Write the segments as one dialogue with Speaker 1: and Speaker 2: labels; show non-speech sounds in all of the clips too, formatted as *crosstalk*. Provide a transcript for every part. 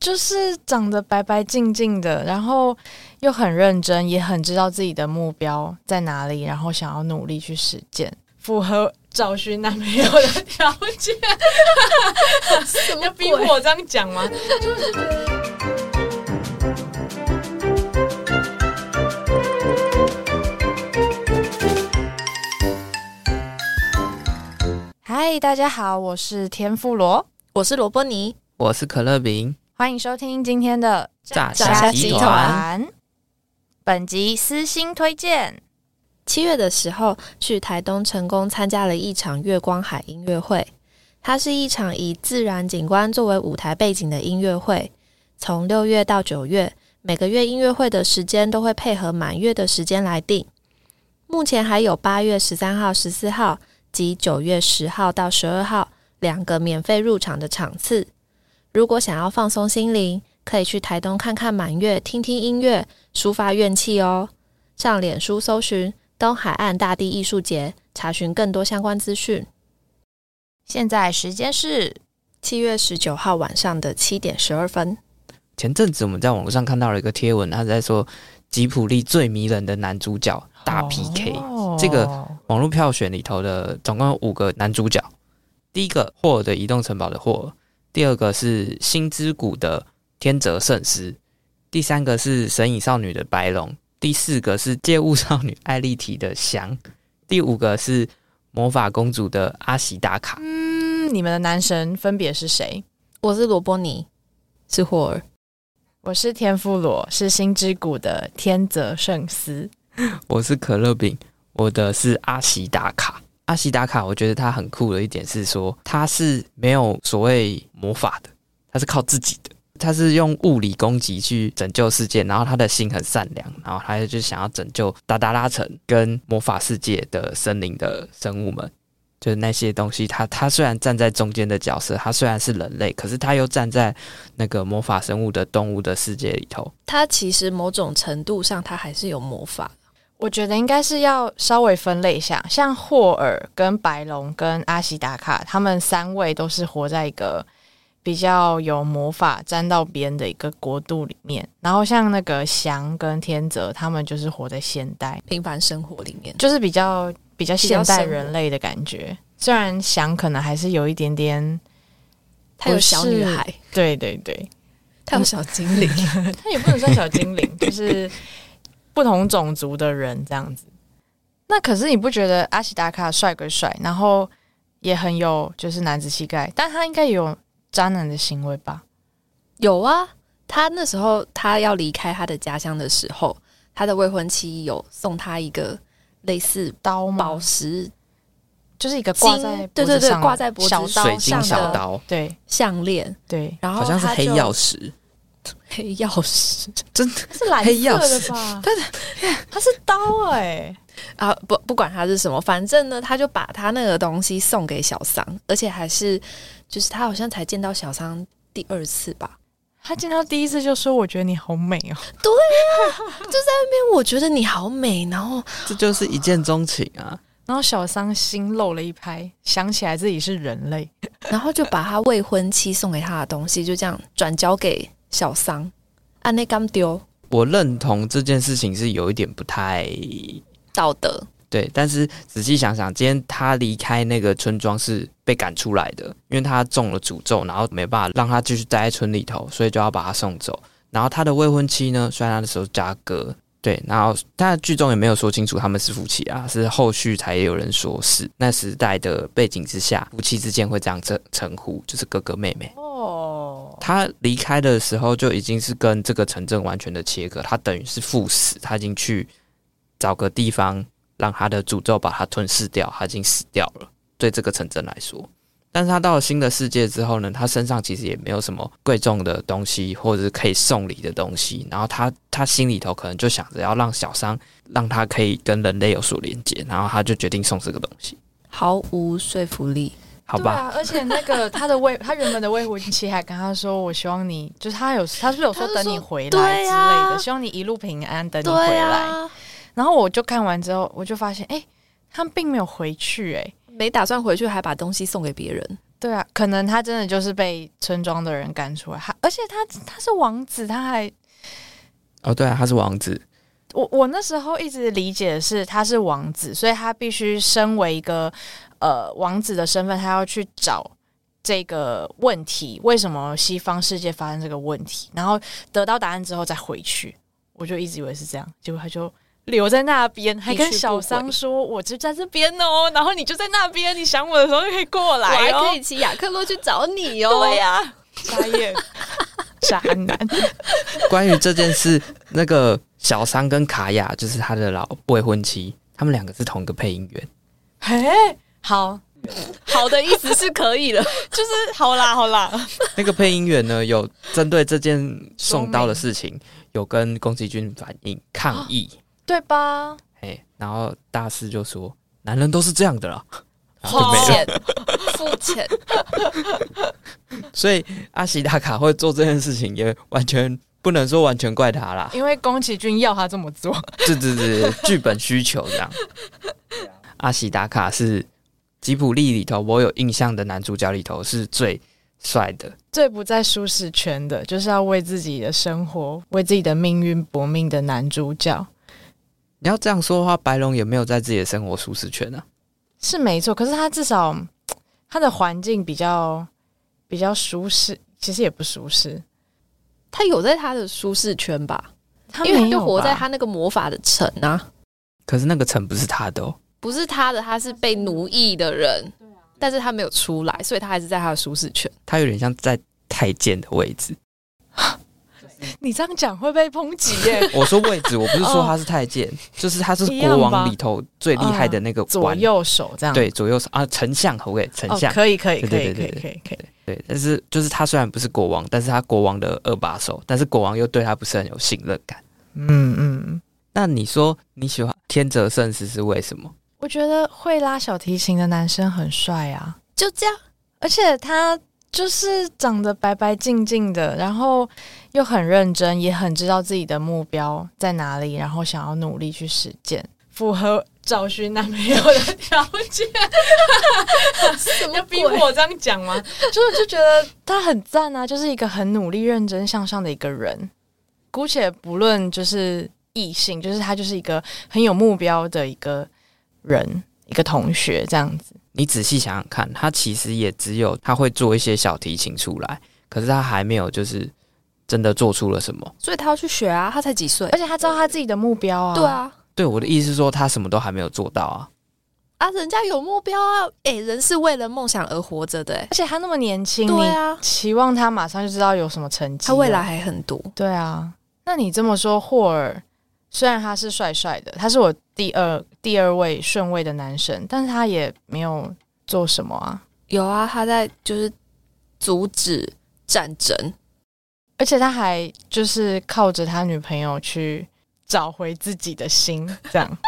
Speaker 1: 就是长得白白净净的，然后又很认真，也很知道自己的目标在哪里，然后想要努力去实践，符合找寻男朋友的条件。要逼我这样讲吗？嗨，大家好，我是田富罗，
Speaker 2: 我是罗伯尼，
Speaker 3: 我是可乐饼，
Speaker 1: 欢迎收听今天的
Speaker 3: 炸
Speaker 2: 炸虾集团。
Speaker 1: 本集私心推荐，
Speaker 2: 七月的时候去台东成功参加了一场月光海音乐会，它是一场以自然景观作为舞台背景的音乐会，从六月到九月，每个月音乐会的时间都会配合满月的时间来定。目前还有八月十三号、十四号及九月十号到十二号两个免费入场的场次。如果想要放松心灵，可以去台东看看满月，听听音乐，抒发怨气哦。上脸书搜寻东海岸大地艺术节，查询更多相关资讯。
Speaker 1: 现在时间是
Speaker 2: 七月十九号晚上的七点十二分，
Speaker 3: 前阵子我们在网络上看到了一个贴文，他在说吉普力最迷人的男主角大 PK，、
Speaker 1: 哦
Speaker 3: 这个网络票选里头的总共有五个男主角，第一个霍尔的移动城堡的霍尔，第二个是星之谷的天泽圣司，第三个是神隐少女的白龙，第四个是街舞少女艾丽缇的翔，第五个是魔法公主的阿喜达卡。
Speaker 1: 嗯，你们的男神分别是谁？
Speaker 2: 我是罗伯尼，是霍尔。
Speaker 1: 我是天妇罗，是星之谷的天泽圣司。
Speaker 3: 我是可乐饼，我的是阿西达卡。阿西达卡，我觉得他很酷的一点是说，他是没有所谓魔法的，他是靠自己的，他是用物理攻击去拯救世界，然后他的心很善良，然后他就想要拯救达达拉城跟魔法世界的森林的生物们。就是那些东西，他他虽然站在中间的角色，他虽然是人类，可是他又站在那个魔法生物的动物的世界里头，
Speaker 2: 他其实某种程度上，他还是有魔法。
Speaker 1: 我觉得应该是要稍微分类一下，像霍尔、跟白龙、跟阿西达卡，他们三位都是活在一个比较有魔法沾到边的一个国度里面。然后像那个翔跟天泽，他们就是活在现代，
Speaker 2: 平凡生活里面，
Speaker 1: 就是比较比较现代
Speaker 2: 比较生活
Speaker 1: 人类的感觉。虽然翔可能还是有一点点，
Speaker 2: 他有小女孩，嗯
Speaker 1: 对对对，
Speaker 2: 他有小精灵，
Speaker 1: 他也不能算小精 *laughs* 灵，就是不同种族的人这样子。那可是你不觉得阿西达卡帅归帅，然后也很有就是男子气概，但他应该也有渣男的行为吧？
Speaker 2: *laughs* 有啊。他那时候他要离开他的家乡的时候，他的未婚妻有送他一个类似
Speaker 1: 刀吗
Speaker 2: 宝？石
Speaker 1: 就是一个挂
Speaker 2: 金
Speaker 1: 在，脖
Speaker 2: 对对
Speaker 1: 子
Speaker 2: 对
Speaker 1: 上，的
Speaker 2: 挂在脖
Speaker 1: 小
Speaker 2: 子
Speaker 1: 刀
Speaker 3: 水
Speaker 2: 上
Speaker 3: 晶小
Speaker 2: 的
Speaker 3: 刀，
Speaker 1: 对
Speaker 2: 项链，
Speaker 1: 对，
Speaker 2: 然后
Speaker 3: 好像是
Speaker 2: 他
Speaker 3: 黑
Speaker 2: 就 *laughs*
Speaker 3: 曜石。
Speaker 2: 黑曜石
Speaker 1: 是蓝
Speaker 3: 黑曜
Speaker 1: 色的吧？但是他是刀哎、
Speaker 2: 啊，不不管它是什么，反正呢，他就把他那个东西送给小桑，而且还是就是他好像才见到小桑第二次吧。哎
Speaker 1: 他见到第一次就说：“我觉得你好美哦。
Speaker 2: 因为我觉得你好美，然后
Speaker 3: 这就是一见钟情啊！”
Speaker 1: 然后小桑心漏了一拍，想起来自己是人类。
Speaker 2: 然后就把他未婚妻送给他的东西就这样转交给小桑，按内刚丢
Speaker 3: 我认同这件事情是有一点不太
Speaker 2: 道德。
Speaker 3: 对，但是仔细想想，今天他离开那个村庄是被赶出来的，因为他中了诅咒，然后没办法让他继续待在村里头，所以就要把他送走。然后他的未婚妻呢，虽然他的时候加哥，对，然后但剧中也没有说清楚他们是夫妻啊，是后续才有人说是那时代的背景之下，夫妻之间会这样称称呼，就是哥哥妹妹。
Speaker 1: 哦，
Speaker 3: 他离开的时候就已经是跟这个城镇完全的切割，他等于是赴死，他已经去找个地方让他的诅咒把他吞噬掉，他已经死掉了。对这个城镇来说，但是他到了新的世界之后呢，他身上其实也没有什么贵重的东西，或者是可以送礼的东西。然后他他心里头可能就想着要让小商让他可以跟人类有所连接，然后他就决定送这个东西，
Speaker 2: 毫无说服力，
Speaker 3: 好
Speaker 1: 对
Speaker 3: 吧？
Speaker 1: 啊，而且那个他的未，他原本的未婚妻还跟他说：“我希望你，就是他有，他是不是有说
Speaker 2: 他就说
Speaker 1: 等你回来之
Speaker 2: 对
Speaker 1: 类的，
Speaker 2: 啊
Speaker 1: 希望你一路平安，等你
Speaker 2: 对
Speaker 1: 回来。
Speaker 2: 啊，
Speaker 1: 然后我就看完之后，我就发现，哎、他们并没有回去、哎，
Speaker 2: 没打算回去，还把东西送给别人，
Speaker 1: 对啊，可能他真的就是被村庄的人赶出来，他而且他他是王子，他还
Speaker 3: 哦，对啊，他是王子，
Speaker 1: 我我那时候一直理解的是他是王子，所以他必须身为一个呃王子的身份，他要去找这个问题，为什么西方世界发生这个问题，然后得到答案之后再回去。我就一直以为是这样，结果他就留在那边，还跟小桑说：“我就在这边哦，然后你就在那边，你想我的时候就可以过
Speaker 2: 我还
Speaker 1: 来
Speaker 2: 可
Speaker 1: 哦。
Speaker 2: 以骑雅克洛去找你”哦。
Speaker 1: 对啊呀、傻 *laughs* 眼，渣男。
Speaker 3: 关于这件事，那个小桑跟卡雅就是他的老未婚妻，他们两个是同一个配音员。
Speaker 1: 嘿，好，
Speaker 2: 好的意思是可以了，
Speaker 1: 就是好啦，好啦。
Speaker 3: 那个配音员呢，有针对这件送刀的事情，有跟宫崎骏反映抗议，
Speaker 1: 对吧？
Speaker 3: 哎、然后大师就说：“男人都是这样的啦。”然后就
Speaker 2: 付
Speaker 3: 没了。
Speaker 2: 钱，付钱，
Speaker 3: 所以阿西达卡会做这件事情，也完全不能说完全怪他啦，
Speaker 1: 因为宫崎骏要他这么做，
Speaker 3: 对对对，剧本需求这样。阿西达卡是吉卜力里头我有印象的男主角里头是最帅的，
Speaker 1: 最不在舒适圈的，就是要为自己的生活、为自己的命运搏命的男主角
Speaker 3: 你要这样说的话，白龙也没有在自己的生活舒适圈啊。
Speaker 1: 是没错。可是他至少嗯他的环境比较比较舒适，其实也不舒适，
Speaker 2: 他有在他的舒适圈吧？
Speaker 1: 他
Speaker 2: 因为他
Speaker 1: 没有
Speaker 2: 就
Speaker 1: 吧
Speaker 2: 活在他那个魔法的城啊，
Speaker 3: 可是那个城不是他的哦，
Speaker 2: 不是他的，他是被奴役的人。但是他没有出来，所以他还是在他的舒适圈。
Speaker 3: 他有点像在太监的位置。
Speaker 1: 你这样讲会被抨击 *laughs* 耶，
Speaker 3: 我说位置，我不是说
Speaker 1: 哦
Speaker 3: 他是太监，就是他是
Speaker 1: 一样吧
Speaker 3: 国
Speaker 1: 嗯
Speaker 3: 王里头最厉害的那个
Speaker 1: 左
Speaker 3: 官，
Speaker 1: 右手这样。
Speaker 3: 对左右手啊，丞相，OK，丞
Speaker 1: 哦
Speaker 3: 相，，
Speaker 1: 可以可以
Speaker 3: 对
Speaker 1: 可以
Speaker 3: 对
Speaker 1: 可以
Speaker 3: 对
Speaker 1: 可以可以，
Speaker 3: 对，但是就是他虽然不是国王，但是他国王的二把手，但是国王又对他不是很有信任感。
Speaker 1: 嗯嗯。
Speaker 3: 那你说你喜欢天泽圣司是为什么？
Speaker 1: 我觉得会拉小提琴的男生很帅啊。
Speaker 2: 就这 *laughs* 样，
Speaker 1: 而且他就是长得白白净净的，然后又很认真，也很知道自己的目标在哪里，然后想要努力去实践，符合找寻男朋友的条件。
Speaker 2: 什么
Speaker 1: 要 *laughs* 逼
Speaker 2: 鬼
Speaker 1: 我这样讲吗？就是就觉得他很赞啊，就是一个很努力、认真向上的一个人。姑且不论就是异性，就是他就是一个很有目标的一个人，一个同学这样子。
Speaker 3: 你仔细想想看，他其实也只有他会做一些小提琴出来，可是他还没有就是真的做出了什么。
Speaker 2: 所以他要去学啊，他才几岁
Speaker 1: 而？且他知道他自己的目标啊。
Speaker 2: 对啊，
Speaker 3: 对我的意思是说，他什么都还没有做到啊。
Speaker 2: 啊，人家有目标啊，哎、人是为了梦想而活着的、欸，
Speaker 1: 而且他那么年轻，
Speaker 2: 对啊
Speaker 1: 你期望他马上就知道有什么成绩，啊
Speaker 2: 他未来还很多。
Speaker 1: 对啊。那你这么说，霍尔虽然他是帅帅的，他是我第二第二位顺位的男神，但是他也没有做什么啊，
Speaker 2: 有啊，他在就是阻止战争，
Speaker 1: 而且他还就是靠着他女朋友去找回自己的心，这
Speaker 2: *laughs*
Speaker 1: 样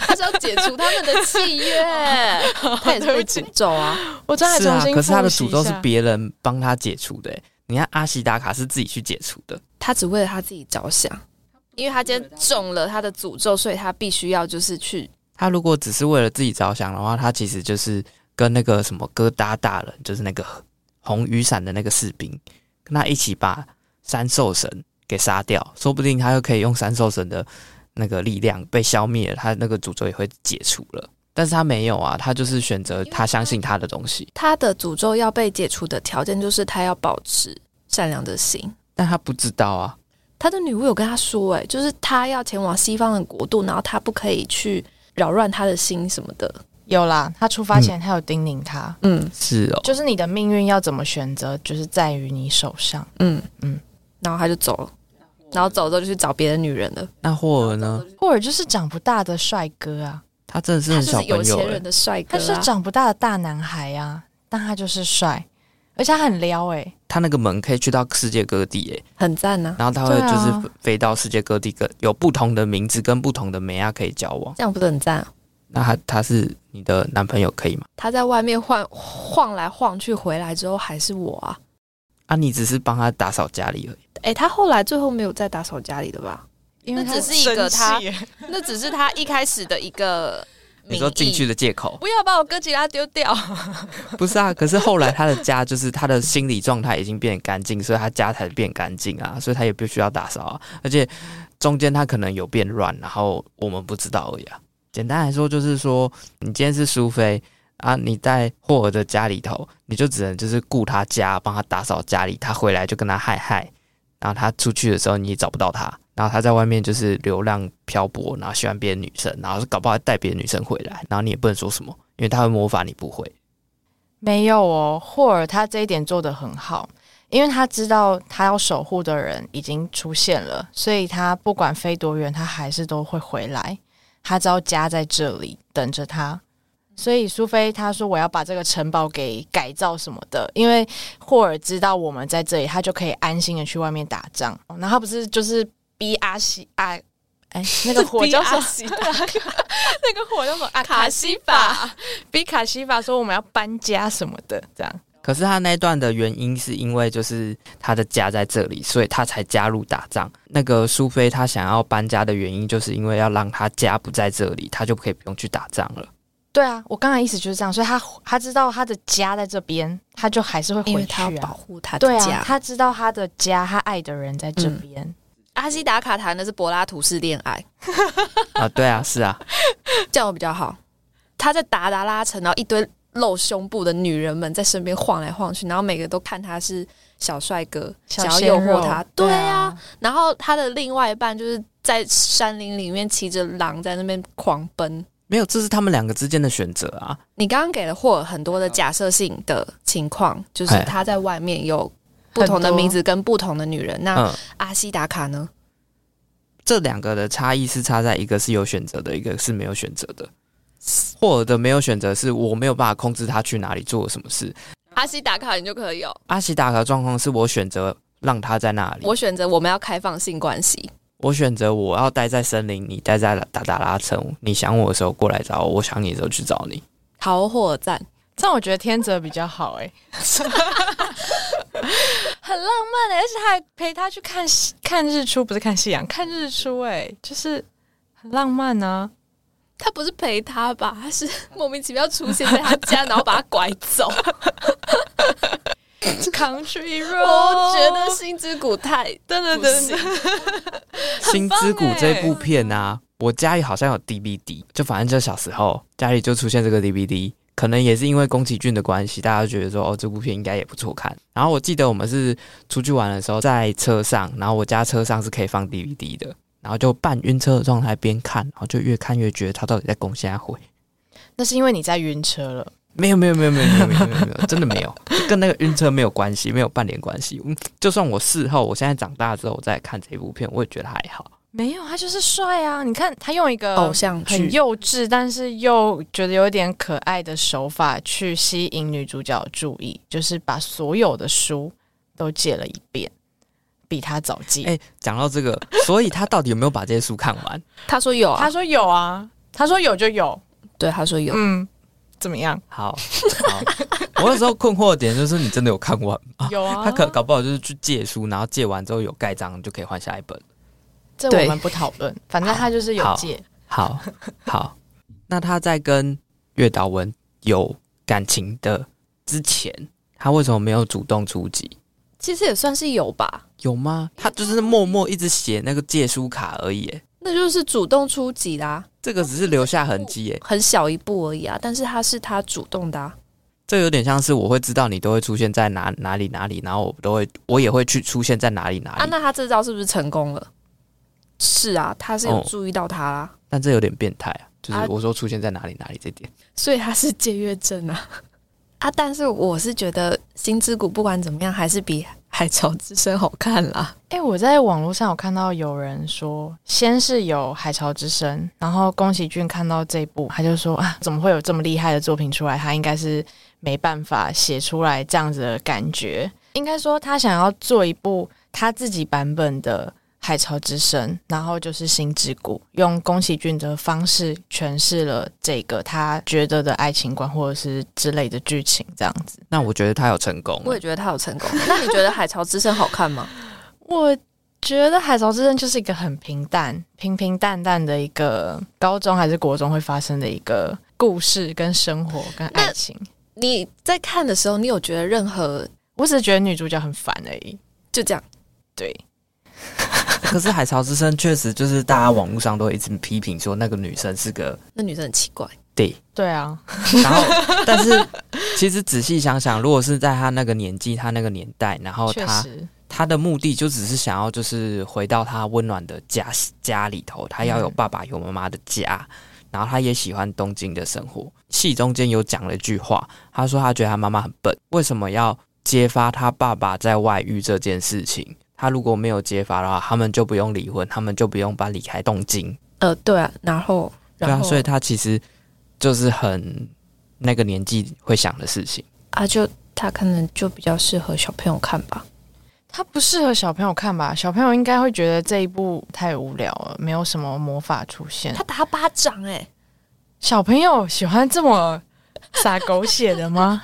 Speaker 2: 他是要解除他们的契 *laughs* 约，他也是被诅咒啊。
Speaker 1: 我真的还
Speaker 3: 是
Speaker 1: 重
Speaker 3: 啊，
Speaker 1: 新
Speaker 3: 可是他
Speaker 1: 复
Speaker 3: 的
Speaker 1: 习
Speaker 3: 诅
Speaker 1: 一
Speaker 3: 咒是
Speaker 1: 下
Speaker 3: 别人帮他解除的欸、你看阿西达卡是自己去解除的，
Speaker 2: 他只为了他自己着想，因为他今天中了他的诅咒，所以他必须要就是去
Speaker 3: 他如果只是为了自己着想的话，他其实就是跟那个什么疙瘩大人，就是那个红雨伞的那个士兵，跟他一起把三兽神给杀掉，说不定他又可以用三兽神的那个力量被消灭了，他那个诅咒也会解除了。但是他没有啊，他就是选择他相信他的东西，
Speaker 2: 他的诅咒要被解除的条件就是他要保持善良的心。
Speaker 3: 但他不知道啊。
Speaker 2: 他的女巫有跟他说、欸，哎，就是他要前往西方的国度，然后他不可以去扰乱他的心什么的。
Speaker 1: 有啦。他出发前他有叮咛他，
Speaker 2: 嗯
Speaker 3: 是哦，
Speaker 1: 就是你的命运要怎么选择，就是在于你手上。
Speaker 2: 嗯嗯
Speaker 1: 嗯，
Speaker 2: 然后他就走了，然后走之后就去找别的女人了。
Speaker 3: 那霍尔呢？
Speaker 1: 霍尔就是长不大的帅哥啊。
Speaker 3: 他真的是
Speaker 2: 他
Speaker 3: 很
Speaker 2: 就
Speaker 3: 小
Speaker 2: 是有
Speaker 3: 朋友、
Speaker 2: 钱
Speaker 3: 欸
Speaker 2: 人，的帅哥、
Speaker 1: 他
Speaker 2: 啊，
Speaker 1: 是长不大的大男孩啊，但他就是帅，而且他很撩哎、
Speaker 3: 他那个门可以去到世界各地、欸，
Speaker 2: 很赞呐、
Speaker 3: 然后他会
Speaker 1: 对啊
Speaker 3: 就是飞到世界各地，跟有不同的名字跟不同的美亚可以交往。
Speaker 2: 这样不是很赞啊、
Speaker 3: 那他他是你的男朋友可以吗？
Speaker 2: 他在外面晃晃来晃去，回来之后还是我啊。
Speaker 3: 啊，你只是帮他打扫家里而已。
Speaker 2: 哎、他后来最后没有再打扫家里的吧？
Speaker 1: 因为他
Speaker 2: *laughs* 那只是一个
Speaker 1: 生气
Speaker 2: 那只是他一开始的一个
Speaker 3: 你说进去
Speaker 2: 的
Speaker 3: 的借口
Speaker 1: 不要把我哥吉拉丢掉。
Speaker 3: *laughs* 不是啊？可是后来他的家就是他的心理状态已经变干净，所以他家才变干净啊，所以他也不需要打扫啊。而且中间他可能有变乱，然后我们不知道而已啊。简单来说就是说，你今天是苏菲啊，你在霍尔的家里头，你就只能就是顾他家，帮他打扫家里，他回来就跟他嗨嗨，然后他出去的时候你也找不到他，然后他在外面就是流浪漂泊，然后喜欢别的女生，然后搞不好还带别的女生回来，然后你也不能说什么，因为他会魔法你不会。
Speaker 1: 没有哦，霍尔他这一点做得很好，因为他知道他要守护的人已经出现了，所以他不管飞多远，他还是都会回来。他知道家在这里等着他，所以苏菲他说我要把这个城堡给改造什么的，因为霍尔知道我们在这里，他就可以安心的去外面打仗。然后他不是就是逼阿西阿。哎，那个火叫什么？那个火叫什么？ *laughs* 啊，
Speaker 2: 卡西法。
Speaker 1: 比卡西法说我们要搬家什么的，这样
Speaker 3: 可是他那一段的原因是因为就是他的家在这里，所以他才加入打仗。那个苏菲她想要搬家的原因，就是因为要让他家不在这里，他就可以不用去打仗了。
Speaker 1: 对啊，我刚才意思就是这样，所以他他知道他的家在这边，他就还是会
Speaker 2: 因为
Speaker 1: 回去、
Speaker 2: 他
Speaker 1: 啊。
Speaker 2: 要保护他的
Speaker 1: 对
Speaker 2: 家。
Speaker 1: 啊，他知道他的家，他爱的人在这边。
Speaker 2: 阿西达卡谈的是柏拉图式恋爱，
Speaker 3: 啊，对啊，是啊，
Speaker 2: 这样比较好。他在达达拉城，然后一堆露胸部的女人们在身边晃来晃去，然后每个都看他是小帅哥，想要
Speaker 1: 鲜
Speaker 2: 诱惑
Speaker 1: 肉
Speaker 2: 他。对
Speaker 1: 对
Speaker 2: 啊，，然后他的另外一半就是在山林里面骑着狼在那边狂奔。
Speaker 3: 没有，这是他们两个之间的选择啊。
Speaker 2: 你刚刚给了霍尔很多的假设性的情况，就是
Speaker 3: 哎
Speaker 2: 他在外面有不同的
Speaker 1: 很多
Speaker 2: 名字跟不同的女人。那
Speaker 3: 嗯，
Speaker 2: 阿西达卡呢？
Speaker 3: 这两个的差异是差在一个是有选择的，一个是没有选择的。霍尔的没有选择是我没有办法控制他去哪里做什么事，
Speaker 2: 阿西达卡你就可以有，哦
Speaker 3: 阿西达卡的状况是我选择让他在那里，
Speaker 2: 我选择我们要开放性关系。
Speaker 3: 我选择我要待在森林，你待在达达拉城。你想我的时候过来找我，我想你的时候去找你。
Speaker 2: 好，霍尔赞。
Speaker 1: 这样我觉得天泽比较好 *laughs* 哎、很浪漫哎、而且他还陪他去看夕看日出，不是看夕阳，看日出哎、就是很浪漫
Speaker 2: *laughs*
Speaker 1: 啊。
Speaker 2: 他不是陪他吧？他是莫名其妙出现在他家，然后把他拐 *laughs* 走。
Speaker 1: Country Road，
Speaker 2: 我觉得心之谷太
Speaker 1: 真的
Speaker 2: 不
Speaker 1: 真的
Speaker 2: 行。
Speaker 3: 《星之谷》这部片啊，我家里好像有 DVD，就反正就小时候家里就出现这个 DVD，可能也是因为宫崎骏的关系，大家就觉得说哦这部片应该也不错看。然后我记得我们是出去玩的时候在车上，然后我家车上是可以放 DVD 的，然后就半晕车的状态边看，然后就越看越觉得他到底在攻下回。
Speaker 1: 那是因为你在晕车了。
Speaker 3: 没有没有没有没有没有没有没有没有，真的没有，跟那个晕车没有关系，没有半点关系。嗯就算我事后，我现在长大之后，我再看这部片，我也觉得还好。
Speaker 1: 没有，他就是帅啊！你看他用一个
Speaker 2: 哦偶像
Speaker 1: 很
Speaker 2: 剧，
Speaker 1: 幼稚，但是又觉得有点可爱的手法去吸引女主角的注意，就是把所有的书都借了一遍，比他早记。
Speaker 3: 哎、讲到这个，所以他到底有没有把这些书看完？
Speaker 2: 他说有
Speaker 1: 他
Speaker 2: 啊，
Speaker 1: 说有啊，他说有就有，
Speaker 2: 对，他说有。
Speaker 1: 嗯，怎么样？
Speaker 3: 好，好，我那时候困惑的点就是，你真的有看完？
Speaker 2: 哦
Speaker 1: 有啊，
Speaker 3: 他可搞不好就是去借书，然后借完之后有盖章就可以换下一本。
Speaker 1: 这
Speaker 2: 对
Speaker 1: 我们不讨论，反正他就是有
Speaker 3: 好
Speaker 1: 借。
Speaker 3: 好，好，那他在跟月岛文有感情的之前，他为什么没有主动出击？
Speaker 2: 其实也算是有吧，
Speaker 3: 有吗？他就是默默一直写那个借书卡而已耶，
Speaker 2: 那就是主动出击啦、
Speaker 3: 这个只是留下痕迹，耶。
Speaker 2: 很小一步而已啊。但是他是他主动的、啊，
Speaker 3: 这有点像是我会知道你都会出现在哪哪里哪里，然后我都会我也会去出现在哪里哪
Speaker 2: 啊，
Speaker 3: 里，
Speaker 2: 那他这招是不是成功了？是啊，他是有
Speaker 3: 哦
Speaker 2: 注意到他啦、
Speaker 3: 但这有点变态啊，就是
Speaker 2: 啊
Speaker 3: 我说出现在哪里哪里这点，
Speaker 2: 所以他是借阅证啊。 *laughs* 啊，但是我是觉得《星之谷》不管怎么样，还是比《海潮之声》好看啦。
Speaker 1: 哎、我在网络上有看到有人说，先是有《海潮之声》，然后宫崎骏看到这部，他就说啊，怎么会有这么厉害的作品出来？他应该是没办法写出来这样子的感觉。应该说，他想要做一部他自己版本的《海潮之声》，然后就是《星之谷》，用宫崎骏的方式诠释了这个他觉得的爱情观或者是之类的剧情，这样子。
Speaker 3: 那我觉得他有成功啊
Speaker 2: 我也
Speaker 3: 了，
Speaker 2: 觉得他有成功。那你觉得《海潮之声》好看吗？
Speaker 1: 我觉得《海潮之声》就是一个很平淡、平平淡淡的一个高中还是国中会发生的一个故事、跟生活、跟爱情。
Speaker 2: *laughs* 你在看的时候，你有觉得任何
Speaker 1: 我只是觉得女主角很烦而已。
Speaker 2: 就这样？
Speaker 1: 对，
Speaker 3: 可是《海潮之声》确实就是大家网络上都一直批评说那个女生是
Speaker 2: *laughs*
Speaker 3: 个
Speaker 2: 那女生很奇怪，
Speaker 3: 对，
Speaker 1: 对啊，
Speaker 3: 然后但是其实仔细想想，如果是在她那个年纪、她那个年代，然后
Speaker 1: 确
Speaker 3: 她
Speaker 1: 实，
Speaker 3: 她的目的就只是想要就是回到她温暖的家家里头，她要有
Speaker 1: 嗯
Speaker 3: 爸爸有妈妈的家，然后她也喜欢东京的生活。戏中间有讲了一句话，她说她觉得她妈妈很笨，为什么要揭发她爸爸在外遇这件事情？她如果没有揭发的话，他们就不用离婚，他们就不用搬离开东京。
Speaker 2: 呃，对啊，然后，
Speaker 3: 对
Speaker 2: 然
Speaker 3: 啊，
Speaker 2: 后，
Speaker 3: 所以他其实就是很那个年纪会想的事情。
Speaker 2: 啊，就他可能就比较适合小朋友看吧。
Speaker 1: 它不适合小朋友看吧？小朋友应该会觉得这一部太无聊了，没有什么魔法出现
Speaker 2: 他。打他巴掌、欸，
Speaker 1: 小朋友喜欢这么撒狗血的吗？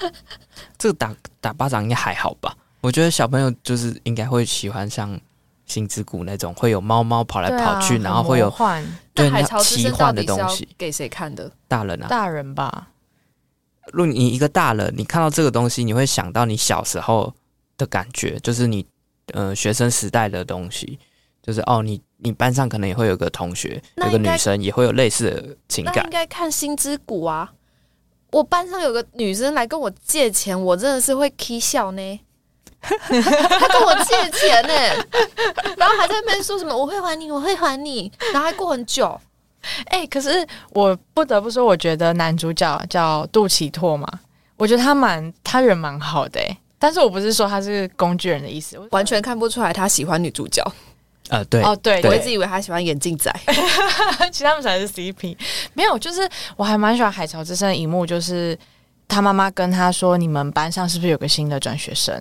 Speaker 3: 这个打打巴掌应该还好吧？我觉得小朋友就是应该会喜欢像《星之谷》那种会有猫猫 *laughs* 跑来
Speaker 1: 对啊
Speaker 3: 跑去，然后
Speaker 1: 很魔
Speaker 3: 会有
Speaker 1: 幻
Speaker 2: 那
Speaker 3: 对
Speaker 2: 海
Speaker 3: 那
Speaker 2: 潮之
Speaker 3: 奇
Speaker 2: 声到
Speaker 3: 幻
Speaker 2: 底
Speaker 3: 的
Speaker 2: 是
Speaker 3: 东
Speaker 2: 要
Speaker 3: 西。
Speaker 2: 给谁看的？
Speaker 3: 大人啊，
Speaker 1: 大人吧？
Speaker 3: 如果你一个大人，你看到这个东西，你会想到你小时候的感觉，就是你呃学生时代的东西，就是哦，你你班上可能也会有个同学，
Speaker 2: 那
Speaker 3: 有个
Speaker 2: 应该
Speaker 3: 女生也会有类似的情
Speaker 2: 那
Speaker 3: 感
Speaker 2: 应。该看《星之谷》啊。我班上有个女生来跟我借钱，我真的是会 k 笑呢。她跟我借钱呢、然后还在那边说什么“我会还你，我会还你”，然后还过很久。
Speaker 1: 哎、可是我不得不说，我觉得男主角叫杜奇拓嘛，我觉得他蛮他人蛮好的、欸，但是我不是说他是工具人的意思，我
Speaker 2: 完全看不出来他喜欢女主角，
Speaker 3: 呃，对，
Speaker 1: 哦对，
Speaker 2: 我
Speaker 1: 对 *laughs*
Speaker 2: 一直以为他喜欢眼镜仔。
Speaker 1: 其实他们才是 CP。没有，就是我还蛮喜欢《海潮之声》的一幕，就是他妈妈跟他说：“你们班上是不是有个新的转学生？”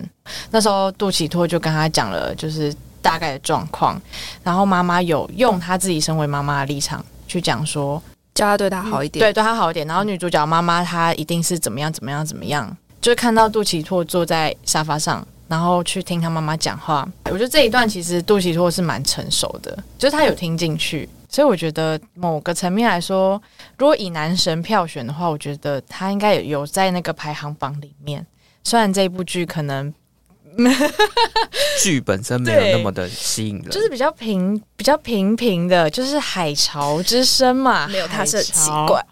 Speaker 1: 那时候杜启拓就跟他讲了，就是大概的状况，然后妈妈有用他自己身为妈妈的立场。去讲说，
Speaker 2: 叫他对他好一点。嗯
Speaker 1: 对，对他好一点。然后女主角妈妈她一定是怎么样怎么样怎么样，就是看到杜启拓坐在沙发上，然后去听他妈妈讲话。我觉得这一段其实杜琪拓是蛮成熟的，就是他有听进去，所以我觉得某个层面来说，如果以男神票选的话，我觉得他应该也有在那个排行榜里面。虽然这部剧可能
Speaker 3: 剧本身没有
Speaker 1: 对
Speaker 3: 那么的吸引人，
Speaker 1: 就是比较平、比较平平的，就是海潮之声嘛，
Speaker 2: 没有他是很奇
Speaker 1: 海潮
Speaker 2: 怪。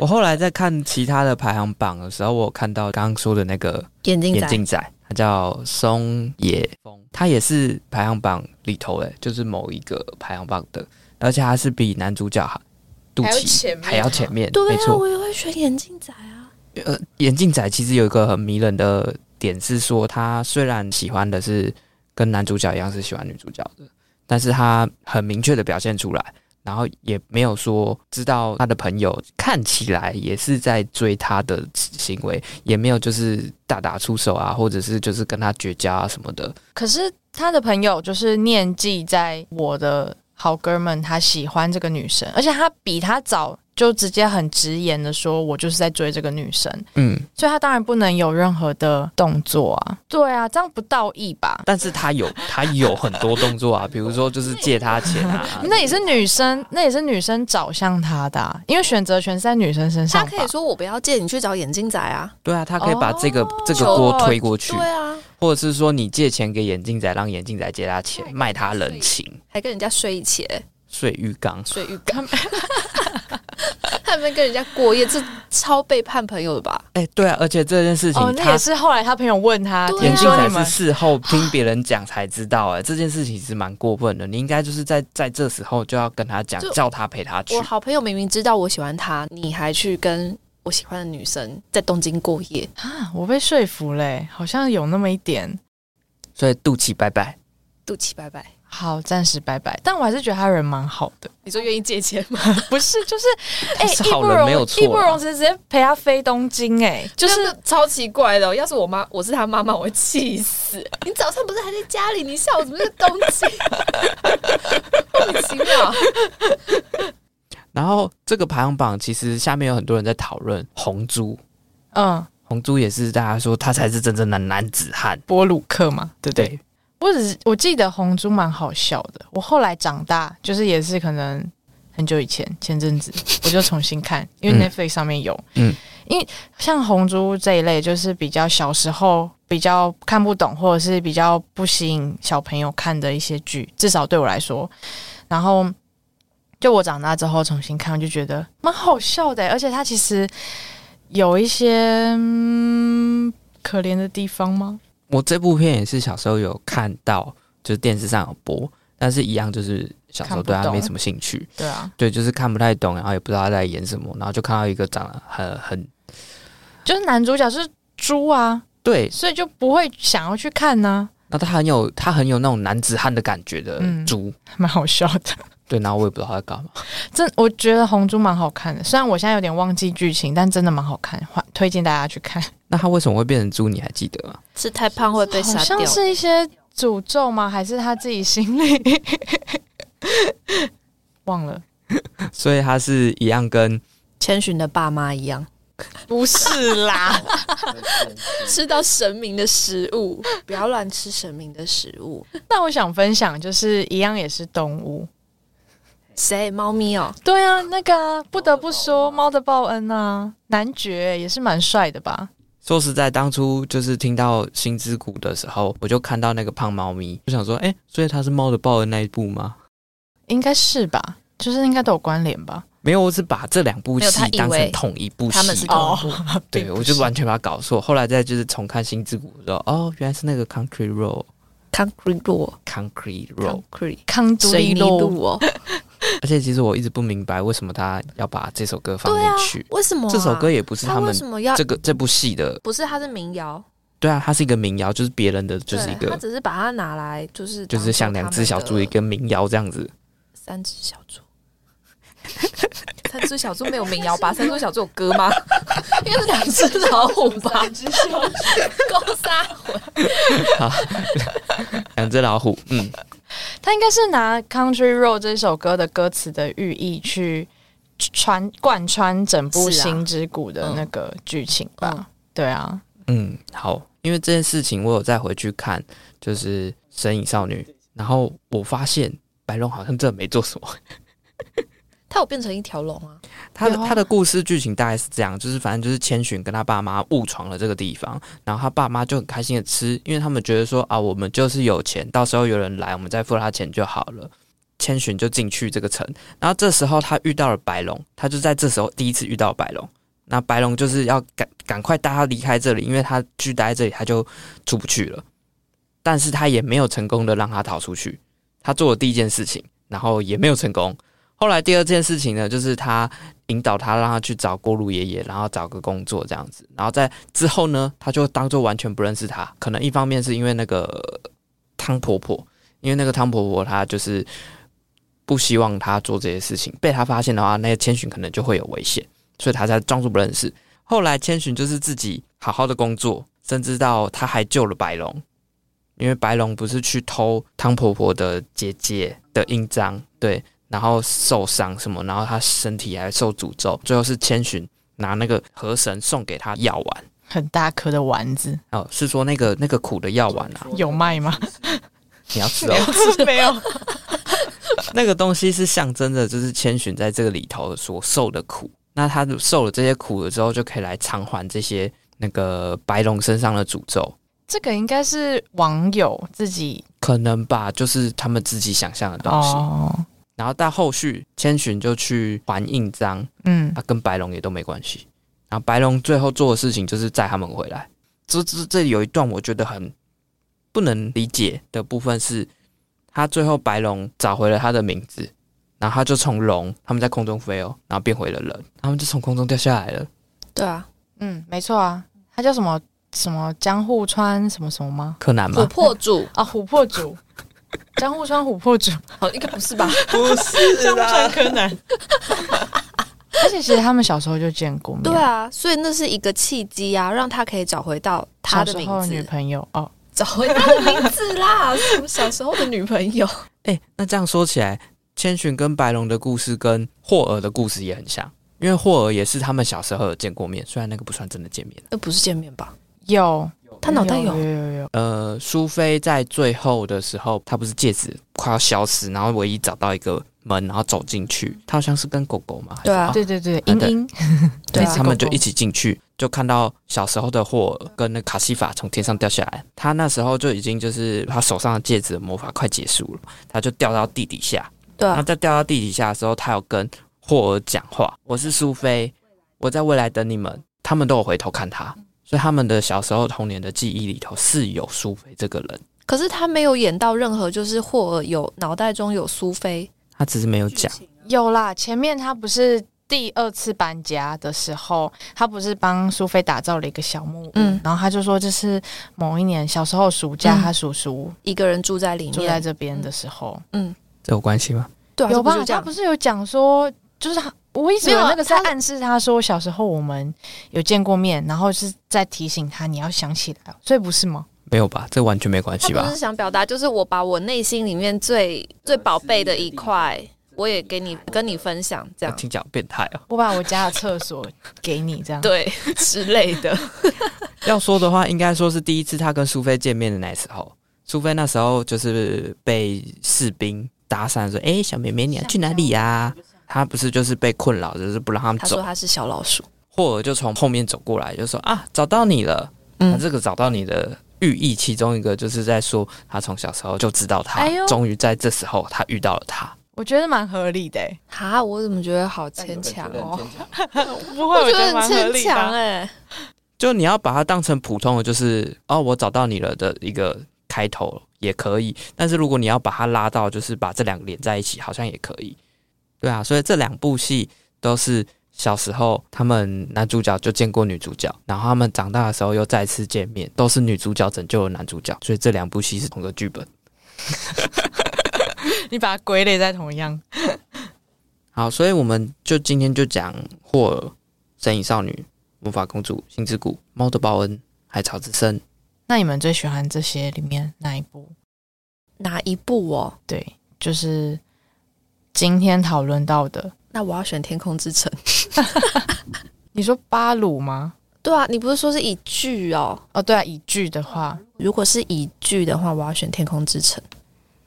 Speaker 3: 我后来在看其他的排行榜的时候，我有看到刚刚说的那个
Speaker 2: 眼镜
Speaker 3: 眼
Speaker 2: 仔，
Speaker 3: 镜仔，他叫松野枫，他也是排行榜里头诶，就是某一个排行榜的，而且他是比男主角还肚
Speaker 1: 还要
Speaker 3: 脐
Speaker 1: 前面
Speaker 3: 还要前面，
Speaker 2: 对
Speaker 3: 没
Speaker 2: 啊，
Speaker 3: 错。
Speaker 2: 我也会选眼镜仔啊。
Speaker 3: 呃，眼镜仔其实有一个很迷人的点是说，他虽然喜欢的是跟男主角一样是喜欢女主角的，但是他很明确的表现出来，然后也没有说知道他的朋友看起来也是在追他的行为，也没有就是大打出手啊，或者是就是跟他绝交啊什么的。
Speaker 1: 可是他的朋友就是念记在我的好哥们，他喜欢这个女生，而且他比他早就直接很直言的说，我就是在追这个女生，
Speaker 3: 嗯，
Speaker 1: 所以他当然不能有任何的动作啊。对啊，这样不道义吧？
Speaker 3: 但是他有他有很多动作啊，比如说就是借他钱啊，
Speaker 2: *laughs*
Speaker 1: 那也是女生，那也是女生找向他的啊、因为选择权是在女生身上
Speaker 2: 他
Speaker 1: 吧。
Speaker 2: 可以说我不要借，你去找眼镜仔啊。
Speaker 3: 对啊，他可以把这个、这个
Speaker 2: 哦
Speaker 3: 锅推过去
Speaker 2: 对。啊，
Speaker 3: 或者是说你借钱给眼镜仔，让眼镜仔借他钱，卖他人情，
Speaker 2: 还跟人家睡一起欸、
Speaker 3: 睡浴缸。
Speaker 2: 睡浴缸，他们 *laughs* 跟人家过夜，这超背叛朋友的吧？
Speaker 3: 哎、对啊，而且这件事情
Speaker 1: 哦，那
Speaker 3: 他
Speaker 1: 也是后来他朋友问他，
Speaker 2: 对啊
Speaker 1: 听
Speaker 3: 眼镜
Speaker 1: 说你
Speaker 3: 仔
Speaker 1: 们
Speaker 3: 是事后听别人讲才知道、哎，这件事情是蛮过分的。你应该就是在在这时候就要跟他讲
Speaker 2: 就，
Speaker 3: 叫他陪他去
Speaker 2: 我。好朋友明明知道我喜欢他，你还去跟我喜欢的女生在东京过夜，
Speaker 1: 啊，我被说服嘞、好像有那么一点。
Speaker 3: 所以肚脐拜拜，
Speaker 2: 肚脐拜拜。
Speaker 1: 好，暂时拜拜，但我还是觉得他人蛮好的。
Speaker 2: 你说愿意借钱吗？
Speaker 1: 不是，就是哎，
Speaker 3: 他是
Speaker 1: 义
Speaker 3: 好
Speaker 1: 不
Speaker 3: 人
Speaker 1: 容
Speaker 3: 没有
Speaker 1: 义
Speaker 3: 错
Speaker 1: 不容
Speaker 3: 啊。
Speaker 1: 辞直接陪他飞东京、哎，
Speaker 2: *laughs* 就
Speaker 1: 就是
Speaker 2: 是超奇怪的哦、要是我妈，我是他妈妈，我会气死。你早上不是还在家里？你下午怎么在东京？ *laughs* 莫名其妙。
Speaker 3: 然后这个排行榜其实下面有很多人在讨论红猪，
Speaker 1: 嗯，
Speaker 3: 红猪也是大家说他才是真正的男子汉，
Speaker 1: 波鲁克嘛，对不对？
Speaker 3: 对，
Speaker 1: 我只是我记得红猪蛮好笑的，我后来长大就是也是可能很久以前前阵子我就重新
Speaker 3: *laughs*
Speaker 1: 看，因为
Speaker 3: 嗯
Speaker 1: Netflix 上面有，
Speaker 3: 嗯，
Speaker 1: 因为像红猪这一类就是比较小时候比较看不懂或者是比较不吸引小朋友看的一些剧，至少对我来说，然后。就我长大之后重新看，我就觉得蛮好笑的，而且它其实有一些、嗯、可怜的地方吗？
Speaker 3: 我这部片也是小时候有看到，就是电视上有播，但是一样就是小时候对
Speaker 1: 看不
Speaker 3: 他
Speaker 1: 懂
Speaker 3: 没什么兴趣，
Speaker 1: 对啊，
Speaker 3: 对，就是看不太懂，然后也不知道他在演什么，然后就看到一个长得很很
Speaker 1: 就是男主角是猪啊，
Speaker 3: 对，
Speaker 1: 所以就不会想要去看呢、
Speaker 3: 那他很有他很有那种男子汉的感觉的
Speaker 1: 嗯
Speaker 3: 猪，
Speaker 1: 蛮好笑的。
Speaker 3: 对，然后我也不知道他在干嘛，
Speaker 1: 真，我觉得《红猪》蛮好看的，虽然我现在有点忘记剧情，但真的蛮好看，欢推荐大家去看。
Speaker 3: 那他为什么会变成猪？你还记得吗？ *laughs*
Speaker 2: 是太胖会被
Speaker 1: 好
Speaker 2: 杀
Speaker 1: 像
Speaker 2: 掉。
Speaker 1: 是一些诅咒吗？还是他自己心里忘了？
Speaker 3: 所以他是一样跟
Speaker 2: 千寻的爸妈一样，
Speaker 1: 不是啦，
Speaker 2: *laughs* 吃到神明的食物，不要乱吃神明的食物。
Speaker 1: 但我想分享，就是一样也是动物。
Speaker 2: 谁？猫咪哦，
Speaker 1: 对啊，那个啊、不得不说，《猫的报恩》啊，男爵也是蛮帅的吧？
Speaker 3: 说实在，当初就是听到《星之谷》的时候，我就看到那个胖猫咪，就想说，哎、所以他是《猫的报恩》那一部吗？
Speaker 1: 应该是吧？就是应该都有关联吧？
Speaker 3: 没有，我是把这两部
Speaker 2: 没有他
Speaker 3: 戏
Speaker 2: 以为
Speaker 3: 当成同一部戏，
Speaker 2: 他们是
Speaker 1: 哦
Speaker 2: 动物。
Speaker 3: 对，我就完全把它搞错。后来再就是重看《星之谷》的时候，哦，原来是那个 Concrete Road，Concrete
Speaker 2: concrete 路
Speaker 3: Road。
Speaker 2: ，concrete
Speaker 1: 康都
Speaker 2: 水
Speaker 1: 利
Speaker 2: 泥
Speaker 1: 路
Speaker 2: 路哦。
Speaker 3: 而且其实我一直不明白为什么他要把这首歌放
Speaker 2: 对啊
Speaker 3: 进去，，
Speaker 2: 为什么啊
Speaker 3: 这首歌也不是
Speaker 2: 他
Speaker 3: 们
Speaker 2: 为什么要
Speaker 3: 这？个这部戏的，
Speaker 2: 不是，它是民谣，
Speaker 3: 对啊，它是一个民谣，就是别人的，就是一
Speaker 2: 对他
Speaker 3: 个。
Speaker 2: 只是把它拿来，就是
Speaker 3: 就是像两只小猪一
Speaker 2: 一个。
Speaker 3: 个民谣这样子，
Speaker 2: 三只小猪。 *laughs* 三只小猪没有民谣吧？三只小猪有歌 *laughs* 吗？应该是两只老虎吧？三只小猪， *laughs* 够撒混。
Speaker 3: 两只老虎，嗯，
Speaker 1: 他应该是拿《Country Road》这首歌的歌词的寓意去穿贯穿整部《
Speaker 2: 是啊
Speaker 1: 星之谷》的那个剧情吧？
Speaker 2: 嗯
Speaker 1: 对啊，
Speaker 3: 嗯，好，因为这件事情我有再回去看，就是《神隐少女》，然后我发现白龙好像真的没做什么。
Speaker 2: 它有变成一条龙啊？
Speaker 3: 他的
Speaker 1: 有啊
Speaker 3: 他的故事剧情大概是这样，就是反正就是千寻跟他爸妈误闯了这个地方，然后他爸妈就很开心的吃，因为他们觉得说啊，我们就是有钱，到时候有人来，我们再付他钱就好了。千寻就进去这个城，然后这时候他遇到了白龙，他就在这时候第一次遇到白龙。那白龙就是要赶赶快带他离开这里，因为他继续待在这里他就出不去了。但是他也没有成功的让他逃出去，他做了第一件事情，然后也没有成功。后来第二件事情呢，就是他引导他，让他去找锅炉爷爷，然后找个工作这样子。然后在之后呢，他就当做完全不认识他。可能一方面是因为那个呃汤婆婆，因为那个汤婆婆她就是不希望他做这些事情，被他发现的话，那个千寻可能就会有危险，所以他才装作不认识。后来千寻就是自己好好的工作，甚至到他还救了白龙，因为白龙不是去偷汤婆婆的姐姐的印章，对，然后受伤什么，然后他身体还受诅咒，最后是千寻拿那个河神送给他药丸，
Speaker 1: 很大颗的丸子
Speaker 3: 哦，是说那个那个苦的药丸啊，
Speaker 1: 有卖吗？
Speaker 3: 你要吃哦，
Speaker 1: *laughs* 没有，
Speaker 3: 那个东西是象征着就是千寻在这个里头所受的苦，那他受了这些苦了之后，就可以来偿还这些那个白龙身上的诅咒。
Speaker 1: 这个应该是网友自己
Speaker 3: 可能吧，就是他们自己想象的东西。
Speaker 1: 哦，
Speaker 3: 然后到后续，千寻就去还印章，
Speaker 1: 嗯
Speaker 3: 他啊跟白龙也都没关系。然后白龙最后做的事情就是载他们回来。这这这里有一段我觉得很不能理解的部分是，他最后白龙找回了他的名字，然后他就从龙，他们在空中飞哦，然后变回了人，他们就从空中掉下来了。
Speaker 2: 对啊，
Speaker 1: 嗯，没错啊，他叫什么什么江户川什么什么吗？
Speaker 3: 柯南
Speaker 2: 琥
Speaker 3: 吗？
Speaker 2: 珀主，
Speaker 1: 啊，琥珀 *laughs* 主，江户川琥珀主，
Speaker 2: 好，应该不是吧？
Speaker 3: 不是
Speaker 1: 江户川柯南。而且其实他们小时候就见过面，
Speaker 2: 对啊，所以那是一个契机啊，让他可以找回到他
Speaker 1: 小
Speaker 2: 的
Speaker 1: 时
Speaker 2: 名
Speaker 1: 候女
Speaker 2: 字，
Speaker 1: 朋友哦，
Speaker 2: 找回他的名字啦， *laughs* 什么小时候的女朋友？
Speaker 3: 哎、那这样说起来，千寻跟白龙的故事跟霍尔的故事也很像，因为霍尔也是他们小时候有见过面，虽然那个不算真的见面。
Speaker 2: 那不是见面吧？
Speaker 1: 有
Speaker 2: 他脑袋有
Speaker 1: 有有有，
Speaker 3: 呃，苏菲在最后的时候，她不是戒指快要消失，然后唯一找到一个门，然后走进去，她好像是跟狗狗嘛，还是
Speaker 2: 对啊
Speaker 1: 对对对，
Speaker 3: 啊
Speaker 1: 英
Speaker 3: *laughs* 对
Speaker 1: 英，
Speaker 2: 对
Speaker 3: 对，
Speaker 2: 啊
Speaker 3: 他们就一起进去，就看到小时候的霍尔跟那卡西法从天上掉下来。他那时候就已经就是他手上的戒指的魔法快结束了，他就掉到地底下。
Speaker 2: 对
Speaker 3: 然后
Speaker 2: 啊，
Speaker 3: 在掉到地底下的时候，他有跟霍尔讲话：“我是苏菲，我在未来等你们。”他们都有回头看他，所以他们的小时候童年的记忆里头是有苏菲这个人，
Speaker 2: 可是他没有演到任何，就是霍尔有脑袋中有苏菲，
Speaker 3: 他只是没有讲。
Speaker 1: 有啦，前面他不是第二次搬家的时候，他不是帮苏菲打造了一个小木屋，
Speaker 2: 嗯
Speaker 1: 然后他就说这是某一年小时候暑假，
Speaker 2: 嗯
Speaker 1: 他叔叔
Speaker 2: 一个人住在里
Speaker 1: 住在
Speaker 2: 面，嗯
Speaker 1: 这边的时候，
Speaker 3: 这有关系吗？
Speaker 2: 对啊，
Speaker 1: 有
Speaker 2: 这
Speaker 1: 吧
Speaker 2: 不就？这
Speaker 1: 他
Speaker 2: 样
Speaker 1: 不是有讲说，就是他我一直以为
Speaker 2: 没有
Speaker 1: 那个是在
Speaker 2: 他
Speaker 1: 暗示他说小时候我们有见过面，然后是在提醒他你要想起来，所以不是吗？
Speaker 3: 没有吧？这完全没关
Speaker 2: 他
Speaker 3: 系吧
Speaker 2: 不是？想表达，就是我把我内心里面最最宝贝的一块，我也给你跟你分享，这样
Speaker 3: 听起来好变态哦。
Speaker 1: 我把我家的厕 *laughs* 所给你这样，
Speaker 2: 对之类的。
Speaker 3: 要说的话，应该说是第一次他跟苏菲见面的那时候。苏菲那时候就是被士兵搭讪说：“哎、小妹妹，你要去哪里呀、他不是就是被困扰，就是不让他们
Speaker 2: 他说
Speaker 3: 走。
Speaker 2: 他是小老鼠，
Speaker 3: 霍尔就从后面走过来，就说：“啊，找到你了。那
Speaker 2: 嗯，
Speaker 3: 这个找到你的寓意，其中一个就是在说他从小时候就知道他，
Speaker 1: 哎呦
Speaker 3: 终于在这时候他遇到了他。
Speaker 1: 我觉得蛮合理的、欸，
Speaker 2: 哈，我怎么觉得好牵强哦？
Speaker 1: 不会，
Speaker 2: 我
Speaker 1: 我
Speaker 2: 觉得
Speaker 1: 蛮
Speaker 2: 很
Speaker 1: 合
Speaker 2: 牵
Speaker 1: 理的
Speaker 2: 强
Speaker 1: 啊。
Speaker 2: 哎，
Speaker 3: 就你要把它当成普通的，就是哦，我找到你了的一个开头也可以。但是如果你要把它拉到，就是把这两个连在一起，好像也可以。对啊，所以这两部戏都是小时候他们男主角就见过女主角，然后他们长大的时候又再次见面，都是女主角拯救了男主角，所以这两部戏是同个剧本。
Speaker 1: 你把它归类在同样。
Speaker 3: 好，所以我们就今天就讲霍尔、神隐少女、魔法公主、星之谷、猫的报恩、海草之声。
Speaker 1: 那你们最喜欢这些里面哪一部？
Speaker 2: 哪一部哦？
Speaker 1: 对，就是今天讨论到的。
Speaker 2: 那我要选《天空之城》。
Speaker 1: 你说巴鲁吗？
Speaker 2: 对啊，你不是说是以剧哦？
Speaker 1: 哦，对啊，以剧的话，
Speaker 2: 如果是以剧的话，我要选《天空之城》。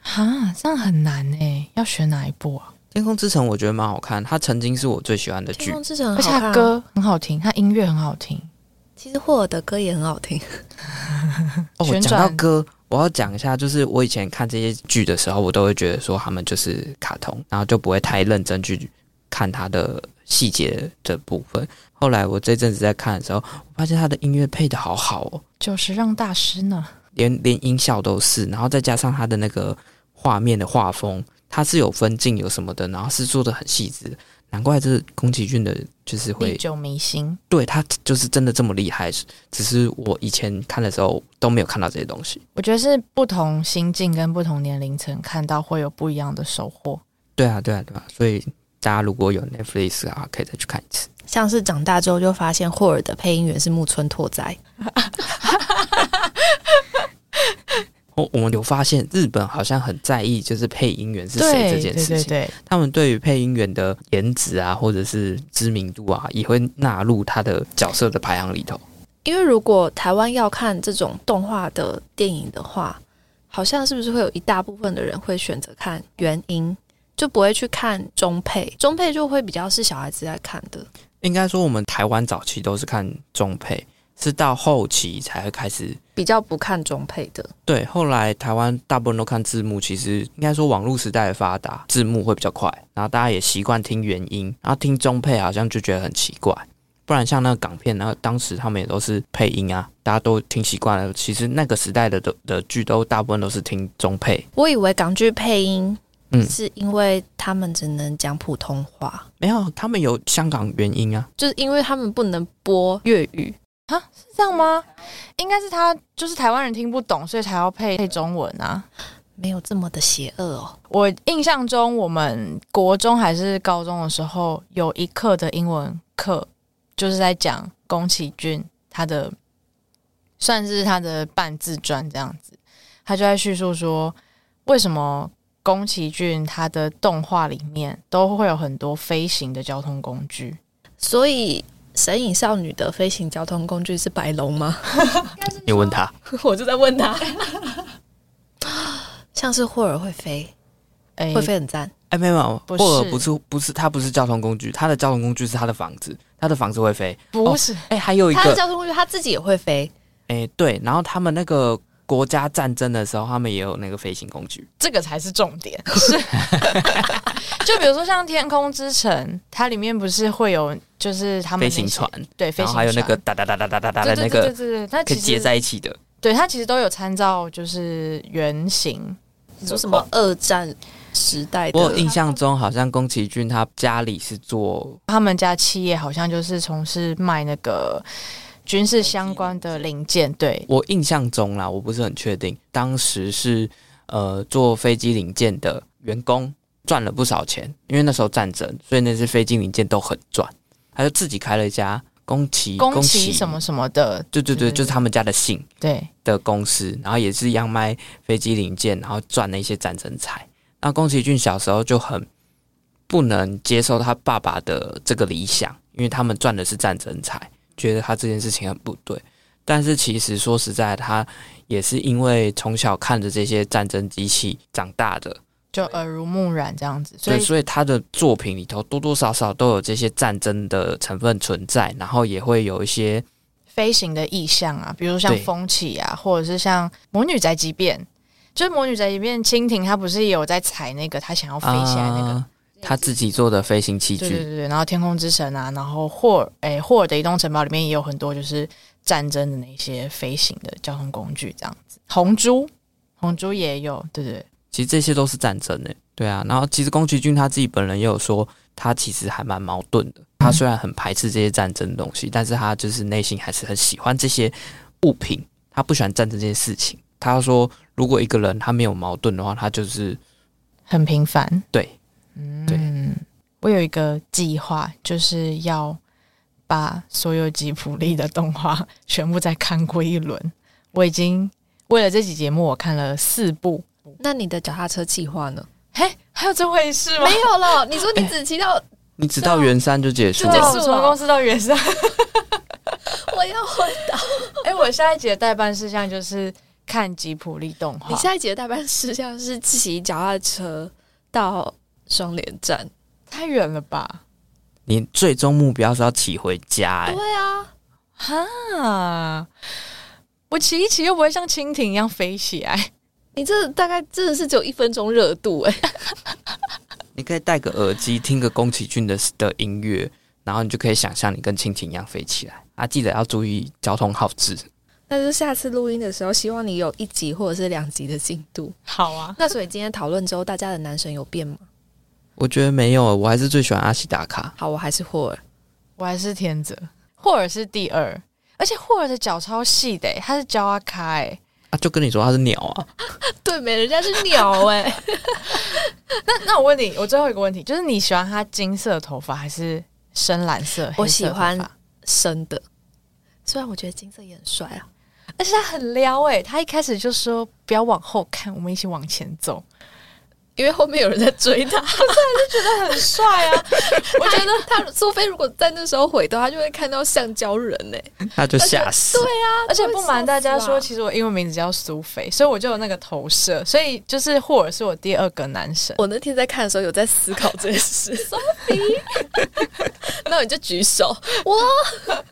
Speaker 1: 哈，这样很难哎、要选哪一部啊？
Speaker 3: 天空之城我觉得蛮好看，它曾经是我最喜欢的
Speaker 2: 《天
Speaker 3: 剧
Speaker 2: 空。之城》很
Speaker 1: 而且
Speaker 2: 好看、
Speaker 1: 它
Speaker 2: 啊，
Speaker 1: 歌很好听，它音乐很好听。
Speaker 2: 其实霍尔的歌也很好听。 *laughs*
Speaker 3: 哦，
Speaker 1: 旋
Speaker 3: 讲到
Speaker 1: 转
Speaker 3: 歌，我要讲一下，就是我以前看这些剧的时候，我都会觉得说他们就是卡通，然后就不会太认真去看它的细节的部分。后来我这阵子在看的时候，我发现它的音乐配的好好哦，
Speaker 1: 就是让大师呢，
Speaker 3: 连连音效都是，然后再加上它的那个画面的画风，它是有分镜有什么的，然后是做的很细致，难怪这宫崎骏的就是会
Speaker 1: 历久弥新。
Speaker 3: 对他就是真的这么厉害，只是我以前看的时候都没有看到这些东西。
Speaker 1: 我觉得是不同心境跟不同年龄层看到会有不一样的收获。
Speaker 3: 对啊，对啊，对啊，所以大家如果有 Netflix 啊，可以再去看一次。
Speaker 2: 像是长大之后就发现霍尔的配音员是木村拓哉，
Speaker 3: 哦，我们有发现日本好像很在意就是配音员是谁这
Speaker 1: 对
Speaker 3: 件
Speaker 1: 对
Speaker 3: 事情，
Speaker 1: 对对，
Speaker 3: 他们对于配音员的颜值啊，或者是知名度啊，也会纳入他的角色的排行里头。
Speaker 2: 因为如果台湾要看这种动画的电影的话，好像是不是会有一大部分的人会选择看原音，就不会去看中配，中配就会比较是小孩子在看的。
Speaker 3: 应该说，我们台湾早期都是看中配，是到后期才会开始。
Speaker 2: 比较不看中配的，
Speaker 3: 对，后来台湾大部分都看字幕，其实应该说网络时代的发达，字幕会比较快，然后大家也习惯听原音，然后听中配啊好像就觉得很奇怪。不然像那个港片，然后当时他们也都是配音啊，大家都听习惯了。其实那个时代的的的剧都大部分都是听中配，
Speaker 2: 我以为港剧配音，
Speaker 3: 嗯
Speaker 2: 是因为他们只能讲普通话，
Speaker 3: 没有他们有香港原音啊。
Speaker 2: 就是因为他们不能播粤语。
Speaker 1: 是这样吗？应该是他就是台湾人听不懂，所以才要配配中文啊。
Speaker 2: 没有这么的邪恶哦，
Speaker 1: 我印象中，我们国中还是高中的时候，有一课的英文课，就是在讲宫崎骏他的，算是他的半自传这样子。他就在叙述说，为什么宫崎骏他的动画里面都会有很多飞行的交通工具。
Speaker 2: 所以神隐少女的飞行交通工具是白龙吗？
Speaker 3: 你问他，
Speaker 2: *laughs* 我就在问他，像是霍尔会飞，
Speaker 1: 哎
Speaker 2: 会飞很赞。
Speaker 3: 哎，没有没有，
Speaker 1: 不
Speaker 3: 霍尔
Speaker 1: 是
Speaker 3: 不是不是，它不是交通工具，它的交通工具是它的房子，它的房子会飞。
Speaker 1: 不是，
Speaker 3: 哎，还有一
Speaker 2: 他的
Speaker 3: 个，
Speaker 2: 交通工具他自己也会飞，
Speaker 3: 哎，对，然后他们那个国家战争的时候，他们也有那个飞行工具。
Speaker 1: 这个才是重 *laughs* 点。是，就比如说像《天空之城》，它里面不是会有就是他们
Speaker 3: 飞
Speaker 1: 那些
Speaker 3: 行船，
Speaker 1: 对飞行
Speaker 3: 然后
Speaker 1: 船，
Speaker 3: 还有那个哒哒哒哒哒哒哒
Speaker 1: 对
Speaker 3: 的
Speaker 1: 对对
Speaker 3: 那个
Speaker 1: 对对，对它其
Speaker 3: 可以接
Speaker 1: 实
Speaker 3: 在一起的，
Speaker 1: 对它其实都有参照就是原型，
Speaker 2: 你说什么哦二战时代
Speaker 3: 哦我有
Speaker 2: 的
Speaker 3: 印象中好像宫崎骏他家里是做
Speaker 1: 他们家企业好像就是从事卖那个军事相关的零件，对，
Speaker 3: 我印象中啦，我不是很确定，当时是呃做飞机零件的员工赚了不少钱，因为那时候战争，所以那些飞机零件都很赚。他就自己开了一家宫崎
Speaker 1: 宫崎什么，什么的，
Speaker 3: 对对
Speaker 1: 对
Speaker 3: 对，
Speaker 1: 对
Speaker 3: 就是他们家的姓
Speaker 1: 对，
Speaker 3: 的公司，然后也是一样卖飞机零件，然后赚了一些战争财。那宫崎骏小时候就很不能接受他爸爸的这个理想，因为他们赚的是战争财，觉得他这件事情很不对。但是其实说实在，他也是因为从小看着这些战争机器长大的，
Speaker 1: 就耳濡目染这样子，所
Speaker 3: 对，
Speaker 1: 以
Speaker 3: 所以他的作品里头多多少少都有这些战争的成分存在，然后也会有一些
Speaker 1: 飞行的意象啊，比如像
Speaker 3: 对
Speaker 1: 风起啊，或者是像《魔女宅急便》，就是《魔女宅急便》，蜻蜓它不是也有在踩那个它想哦要飞起来那个，
Speaker 3: 啊他自己做的飞行器
Speaker 1: 对对
Speaker 3: 具，
Speaker 1: 对对，然后《天空之城》啊，然后霍尔诶霍尔的移动城堡里面也有很多就是战争的那些飞行的交通工具这样子，红猪红猪也有，对对对
Speaker 3: 其实这些都是战争诶、对啊。然后其实宫崎骏他自己本人也有说，他其实还蛮矛盾的。他虽然很排斥这些战争的东西，但是他就是内心还是很喜欢这些物品，他不喜欢战争这件事情。他说，如果一个人他没有矛盾的话，他就是
Speaker 1: 很频繁。
Speaker 3: 对对
Speaker 1: 嗯，我有一个计划，就是要把所有吉卜力的动画全部再看过一轮。我已经为了这期节目，我看了四部。
Speaker 2: 那你的脚踏车计划呢？
Speaker 1: 嘿，还有这回事吗
Speaker 2: *laughs* 没？有了，你说你只骑到，
Speaker 3: 你直到元山就结束
Speaker 1: 就
Speaker 2: 对
Speaker 1: 是
Speaker 2: 啊
Speaker 3: 了。
Speaker 1: 我从公司到原上。
Speaker 2: 我要昏倒。
Speaker 1: *laughs* 哎、我下一集的代办事项就是看吉卜力动
Speaker 2: *laughs* 你
Speaker 1: 画。
Speaker 2: 下一集的代办事项是骑脚踏车到双连站。
Speaker 1: 太远了吧？
Speaker 3: 你最终目标是要骑回家、欸，
Speaker 2: 对啊，
Speaker 1: 哈，我骑一骑又不会像蜻蜓一样飞起来。 *laughs*
Speaker 2: 你这大概真的是只有一分钟热度 *laughs* 哎、
Speaker 3: 你可以戴个耳机听个宫崎骏的的音乐，然后你就可以想象你跟蜻蜓一样飞起来。啊，记得要注意交通号志。
Speaker 2: 那就下次录音的时候，希望你有一集或者是两集的进度。
Speaker 1: 好啊，
Speaker 2: 那所以今天讨论之后，大家的男神有变吗？
Speaker 3: 我觉得没有，我还是最喜欢阿西达卡。
Speaker 2: 好，我还是霍尔。
Speaker 1: 我还是天泽，霍尔是第二，而且霍尔的脚超细的欸，他是脚阿卡哎。
Speaker 3: 啊，就跟你说他是鸟啊，
Speaker 2: *laughs* 对，没人家是鸟哎、
Speaker 1: 欸 *laughs* 那那我问你，我最后一个问题就是你喜欢他金色头发还是深蓝色？
Speaker 2: 我
Speaker 1: 黑色
Speaker 2: 喜欢
Speaker 1: 头发
Speaker 2: 生的。虽然我觉得金色也很帅啊，
Speaker 1: 而且他很撩哎，他一开始就说不要往后看，我们一起往前走，
Speaker 2: 因为后面有人在追他，
Speaker 1: 很帅啊！
Speaker 2: 我觉得 *laughs* 他苏菲如果在那时候毁掉，他就会看到橡胶人哎、
Speaker 3: 他就吓死。对啊，
Speaker 1: *laughs* 而且不瞒大家说，
Speaker 2: 其
Speaker 1: 其实我英文名字叫苏菲，所以我就有那个投射，所以就是霍尔是我第二个男神。
Speaker 2: 我那天在看的时候有在思考这件 *laughs* 事。苏菲，那你就举手， *laughs* 我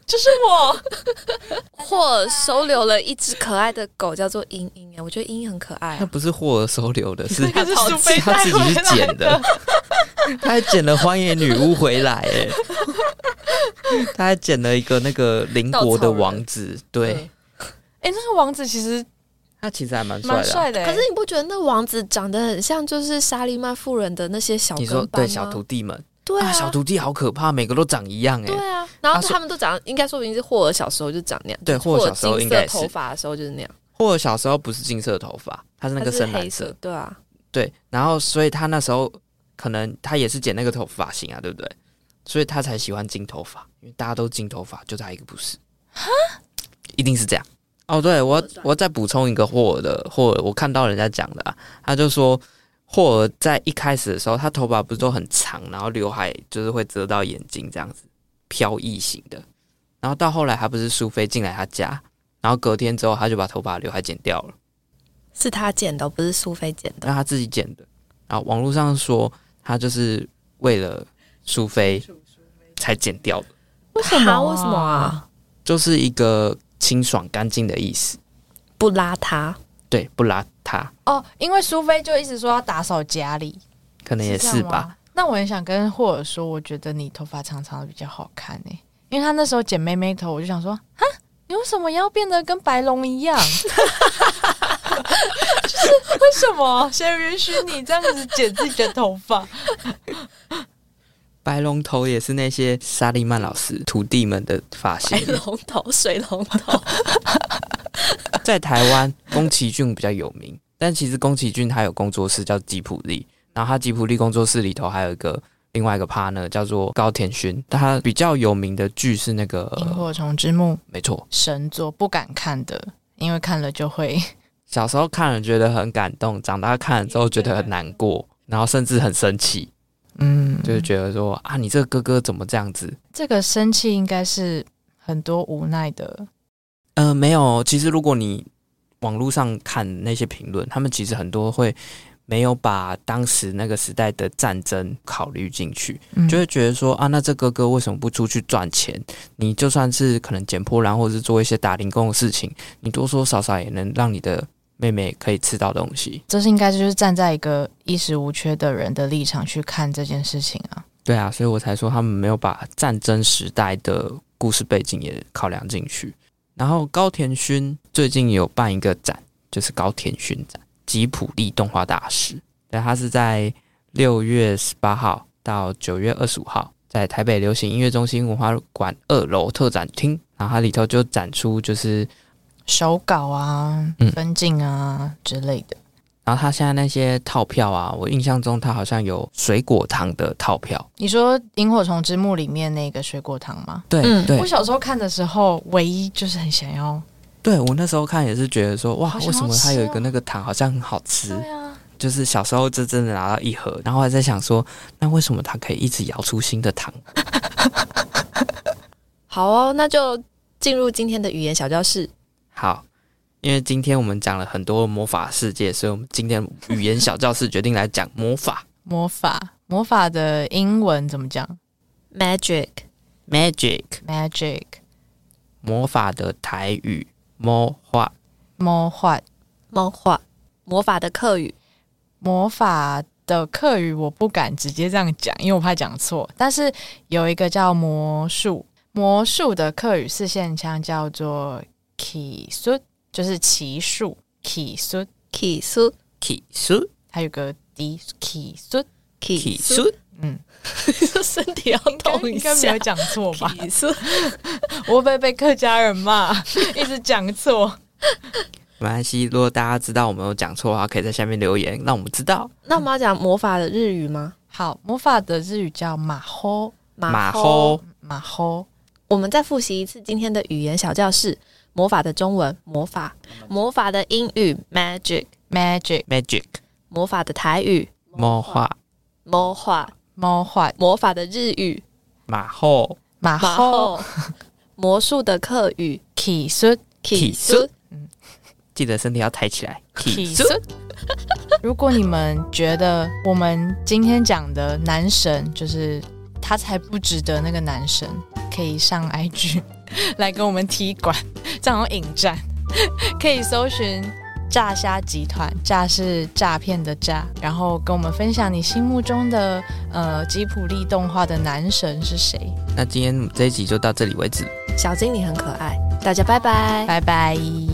Speaker 1: 就是我，
Speaker 2: 或收留了一只可爱的狗，叫做茵茵哎，我觉得茵茵很可爱、
Speaker 3: 那
Speaker 2: 啊。
Speaker 3: 不是霍尔收留的，是
Speaker 1: 那个是苏菲
Speaker 3: 他自己去捡
Speaker 1: 带回来
Speaker 3: 的。 *laughs* 他还捡了荒野女巫回来、欸，他还捡了一个那个邻国的王子。对
Speaker 2: 嗯，
Speaker 1: 哎、那个王子其实
Speaker 3: 他其实还蛮帅
Speaker 1: 蛮
Speaker 3: 的啊、
Speaker 1: 帅的欸、
Speaker 2: 可是你不觉得那王子长得很像就是沙利曼夫人的那些小
Speaker 3: 你
Speaker 2: 跟班
Speaker 3: 说
Speaker 2: 吗？
Speaker 3: 对小徒弟们
Speaker 2: 啊对
Speaker 3: 啊
Speaker 2: 啊，
Speaker 3: 小徒弟好可怕，每个都长一样哎、
Speaker 2: 对啊，然后
Speaker 3: 他说
Speaker 2: 他们都长，应该说不定是霍尔小时候就长那样，
Speaker 3: 对霍尔小时候应该
Speaker 2: 金
Speaker 3: 也
Speaker 2: 色
Speaker 3: 是
Speaker 2: 头发的时候就是那样，
Speaker 3: 霍尔小时候不是金色头发，他是那个
Speaker 2: 他是
Speaker 3: 深
Speaker 2: 黑
Speaker 3: 蓝
Speaker 2: 色
Speaker 3: 色。，
Speaker 2: 对啊，
Speaker 3: 对，然后所以他那时候可能他也是剪那个头发型啊，对不对？所以他才喜欢金头发，因为大家都金头发，就他一个不是。一定是这样。哦，对我我再补充一个霍尔的霍尔，我看到人家讲的、啊，他就说霍尔在一开始的时候，他头发不是都很长，然后刘海就是会遮到眼睛这样子，飘逸型的。然后到后来，他不是苏菲进来他家，然后隔天之后他就把头发刘海剪掉了，
Speaker 2: 是他剪的，不是苏菲剪的。
Speaker 3: 那他自己剪的。然后网络上说他就是为了苏菲才剪掉的，
Speaker 1: 为什么、
Speaker 2: 哈为什么啊？
Speaker 3: 就是一个清爽干净的意思，
Speaker 2: 不邋 *laughs* 遢，
Speaker 3: 对，不邋遢，
Speaker 1: 哦，因为苏菲就一直说要打扫家里，
Speaker 3: 可能也
Speaker 1: 这样
Speaker 3: 是吧。
Speaker 1: 吗。那我很想跟霍尔说，我觉得你头发长长的比较好看诶、因为他那时候剪妹妹头，我就想说，哈，你为什么要变得跟白龙一样？就是为什么谁允许你这样子剪自己的头发？
Speaker 3: 白龙头也是那些沙利曼老师徒弟们的发
Speaker 2: 白，
Speaker 3: 型
Speaker 2: 哎龙头、水龙头，
Speaker 3: 在台湾，宫崎骏比较有名，但其实宫崎骏他有工作室叫吉普力，然后他吉普力工作室里头还有一个另外一个 partner 叫做高田勋，他比较有名的剧是那个，
Speaker 1: 萤火虫之墓
Speaker 3: 没错，
Speaker 1: 神作不敢看的，因为看了就会
Speaker 3: 小时候看了觉得很感动，长大看了之后觉得很难过，然后甚至很生气，
Speaker 1: *laughs* 嗯，
Speaker 3: 就是觉得说啊，你这个哥哥怎么这样子？
Speaker 1: 这个生气应该是很多无奈的，
Speaker 3: 呃，没有，其实如果你网络上看那些评论，他们其实很多会没有把当时那个时代的战争考虑进去。
Speaker 1: 嗯
Speaker 3: 就会觉得说啊，那这哥哥为什么不出去赚钱？你就算是可能捡破烂，或者是做一些打零工的事情，你多多少少也能让你的妹妹可以吃到东西。
Speaker 1: 这是应该就是站在一个衣食无缺的人的立场去看这件事情啊。
Speaker 3: 对啊，所以我才说他们没有把战争时代的故事背景也考量进去。然后高田勋最近有办一个展，就是高田勋展，吉普力动画大师。对，他是在六月十八号到九月二十五号，在台北流行音乐中心文化馆二楼特展厅。然后它里头就展出，就是
Speaker 1: 手稿啊
Speaker 3: 嗯、
Speaker 1: 分镜啊之类的，
Speaker 3: 然后他现在那些套票啊，我印象中他好像有水果糖的套票。
Speaker 1: 你说《萤火虫之墓》里面那个水果糖吗？
Speaker 3: 对、
Speaker 2: 嗯
Speaker 3: 对
Speaker 1: 我小时候看的时候，唯一就是很想要。
Speaker 3: 对，我那时候看也是觉得说，哇，
Speaker 1: 好想要
Speaker 3: 为什么它有一
Speaker 1: 吃
Speaker 3: 个
Speaker 1: 哦
Speaker 3: 那个糖好像很好吃？
Speaker 1: 啊，
Speaker 3: 就是小时候就真的拿到一盒，然后还在想说，那为什么它可以一直摇出新的糖？
Speaker 2: *laughs* 好哦，那就进入今天的语言小教室。
Speaker 3: 好，因为今天我们讲了很多魔法世界，所以我们今天语言小教室决定来讲魔法
Speaker 1: 魔法，魔法的英文怎么讲
Speaker 2: Magic，
Speaker 3: （magic），
Speaker 1: ？Magic，
Speaker 3: 魔法的台语“魔化
Speaker 1: 魔幻，
Speaker 2: 梦幻，魔法的课语。
Speaker 1: 魔法的课语我不敢直接这样讲，因为我怕讲错。但是有一个叫魔术，魔术的课语四线腔叫做 k i s u 就是奇数 k i s u
Speaker 2: k 苏
Speaker 3: k i s
Speaker 1: 还有个 d k i s u
Speaker 2: k
Speaker 3: k i
Speaker 2: 苏，
Speaker 1: 嗯，
Speaker 2: *laughs* 身体要动一
Speaker 1: 应该没
Speaker 2: 下
Speaker 1: 有。讲错
Speaker 2: *laughs*
Speaker 1: 吧？
Speaker 2: k 苏，
Speaker 1: 我会不会被客家人骂？一直讲错。
Speaker 3: 没关系，如果大家知道我们有讲错的话，可以在下面留言让我们知道。
Speaker 2: 那我们要讲魔法的日语吗？
Speaker 1: 好，魔法的日语叫马吼，
Speaker 3: 马吼，
Speaker 1: 马吼。
Speaker 2: 我们再复习一次今天的语言小教室：魔法的中文魔法，魔法的英语 magic，
Speaker 1: magic
Speaker 3: magic
Speaker 2: 魔法的台语
Speaker 3: 魔化
Speaker 2: 魔法，
Speaker 1: 魔法
Speaker 2: 魔法的日语
Speaker 3: 马后
Speaker 1: 马
Speaker 2: 马
Speaker 1: 吼
Speaker 2: 后，魔术的课语
Speaker 1: k i s u
Speaker 2: k
Speaker 3: 术
Speaker 2: 苏。
Speaker 3: 记得身体要抬起来。
Speaker 1: 体
Speaker 3: Kisu
Speaker 1: *laughs* 如果你们觉得我们今天讲的男神就是他才不值得那个男神，可以上 IG *laughs* 来跟我们踢馆，这样有引战， *laughs* 可以搜寻。诈虾集团，诈是诈骗的诈，然后跟我们分享你心目中的呃吉普力动画的男神是谁？
Speaker 3: 那今天这一集就到这里为止。
Speaker 2: 小精灵很可爱，大家拜拜。
Speaker 1: 拜拜。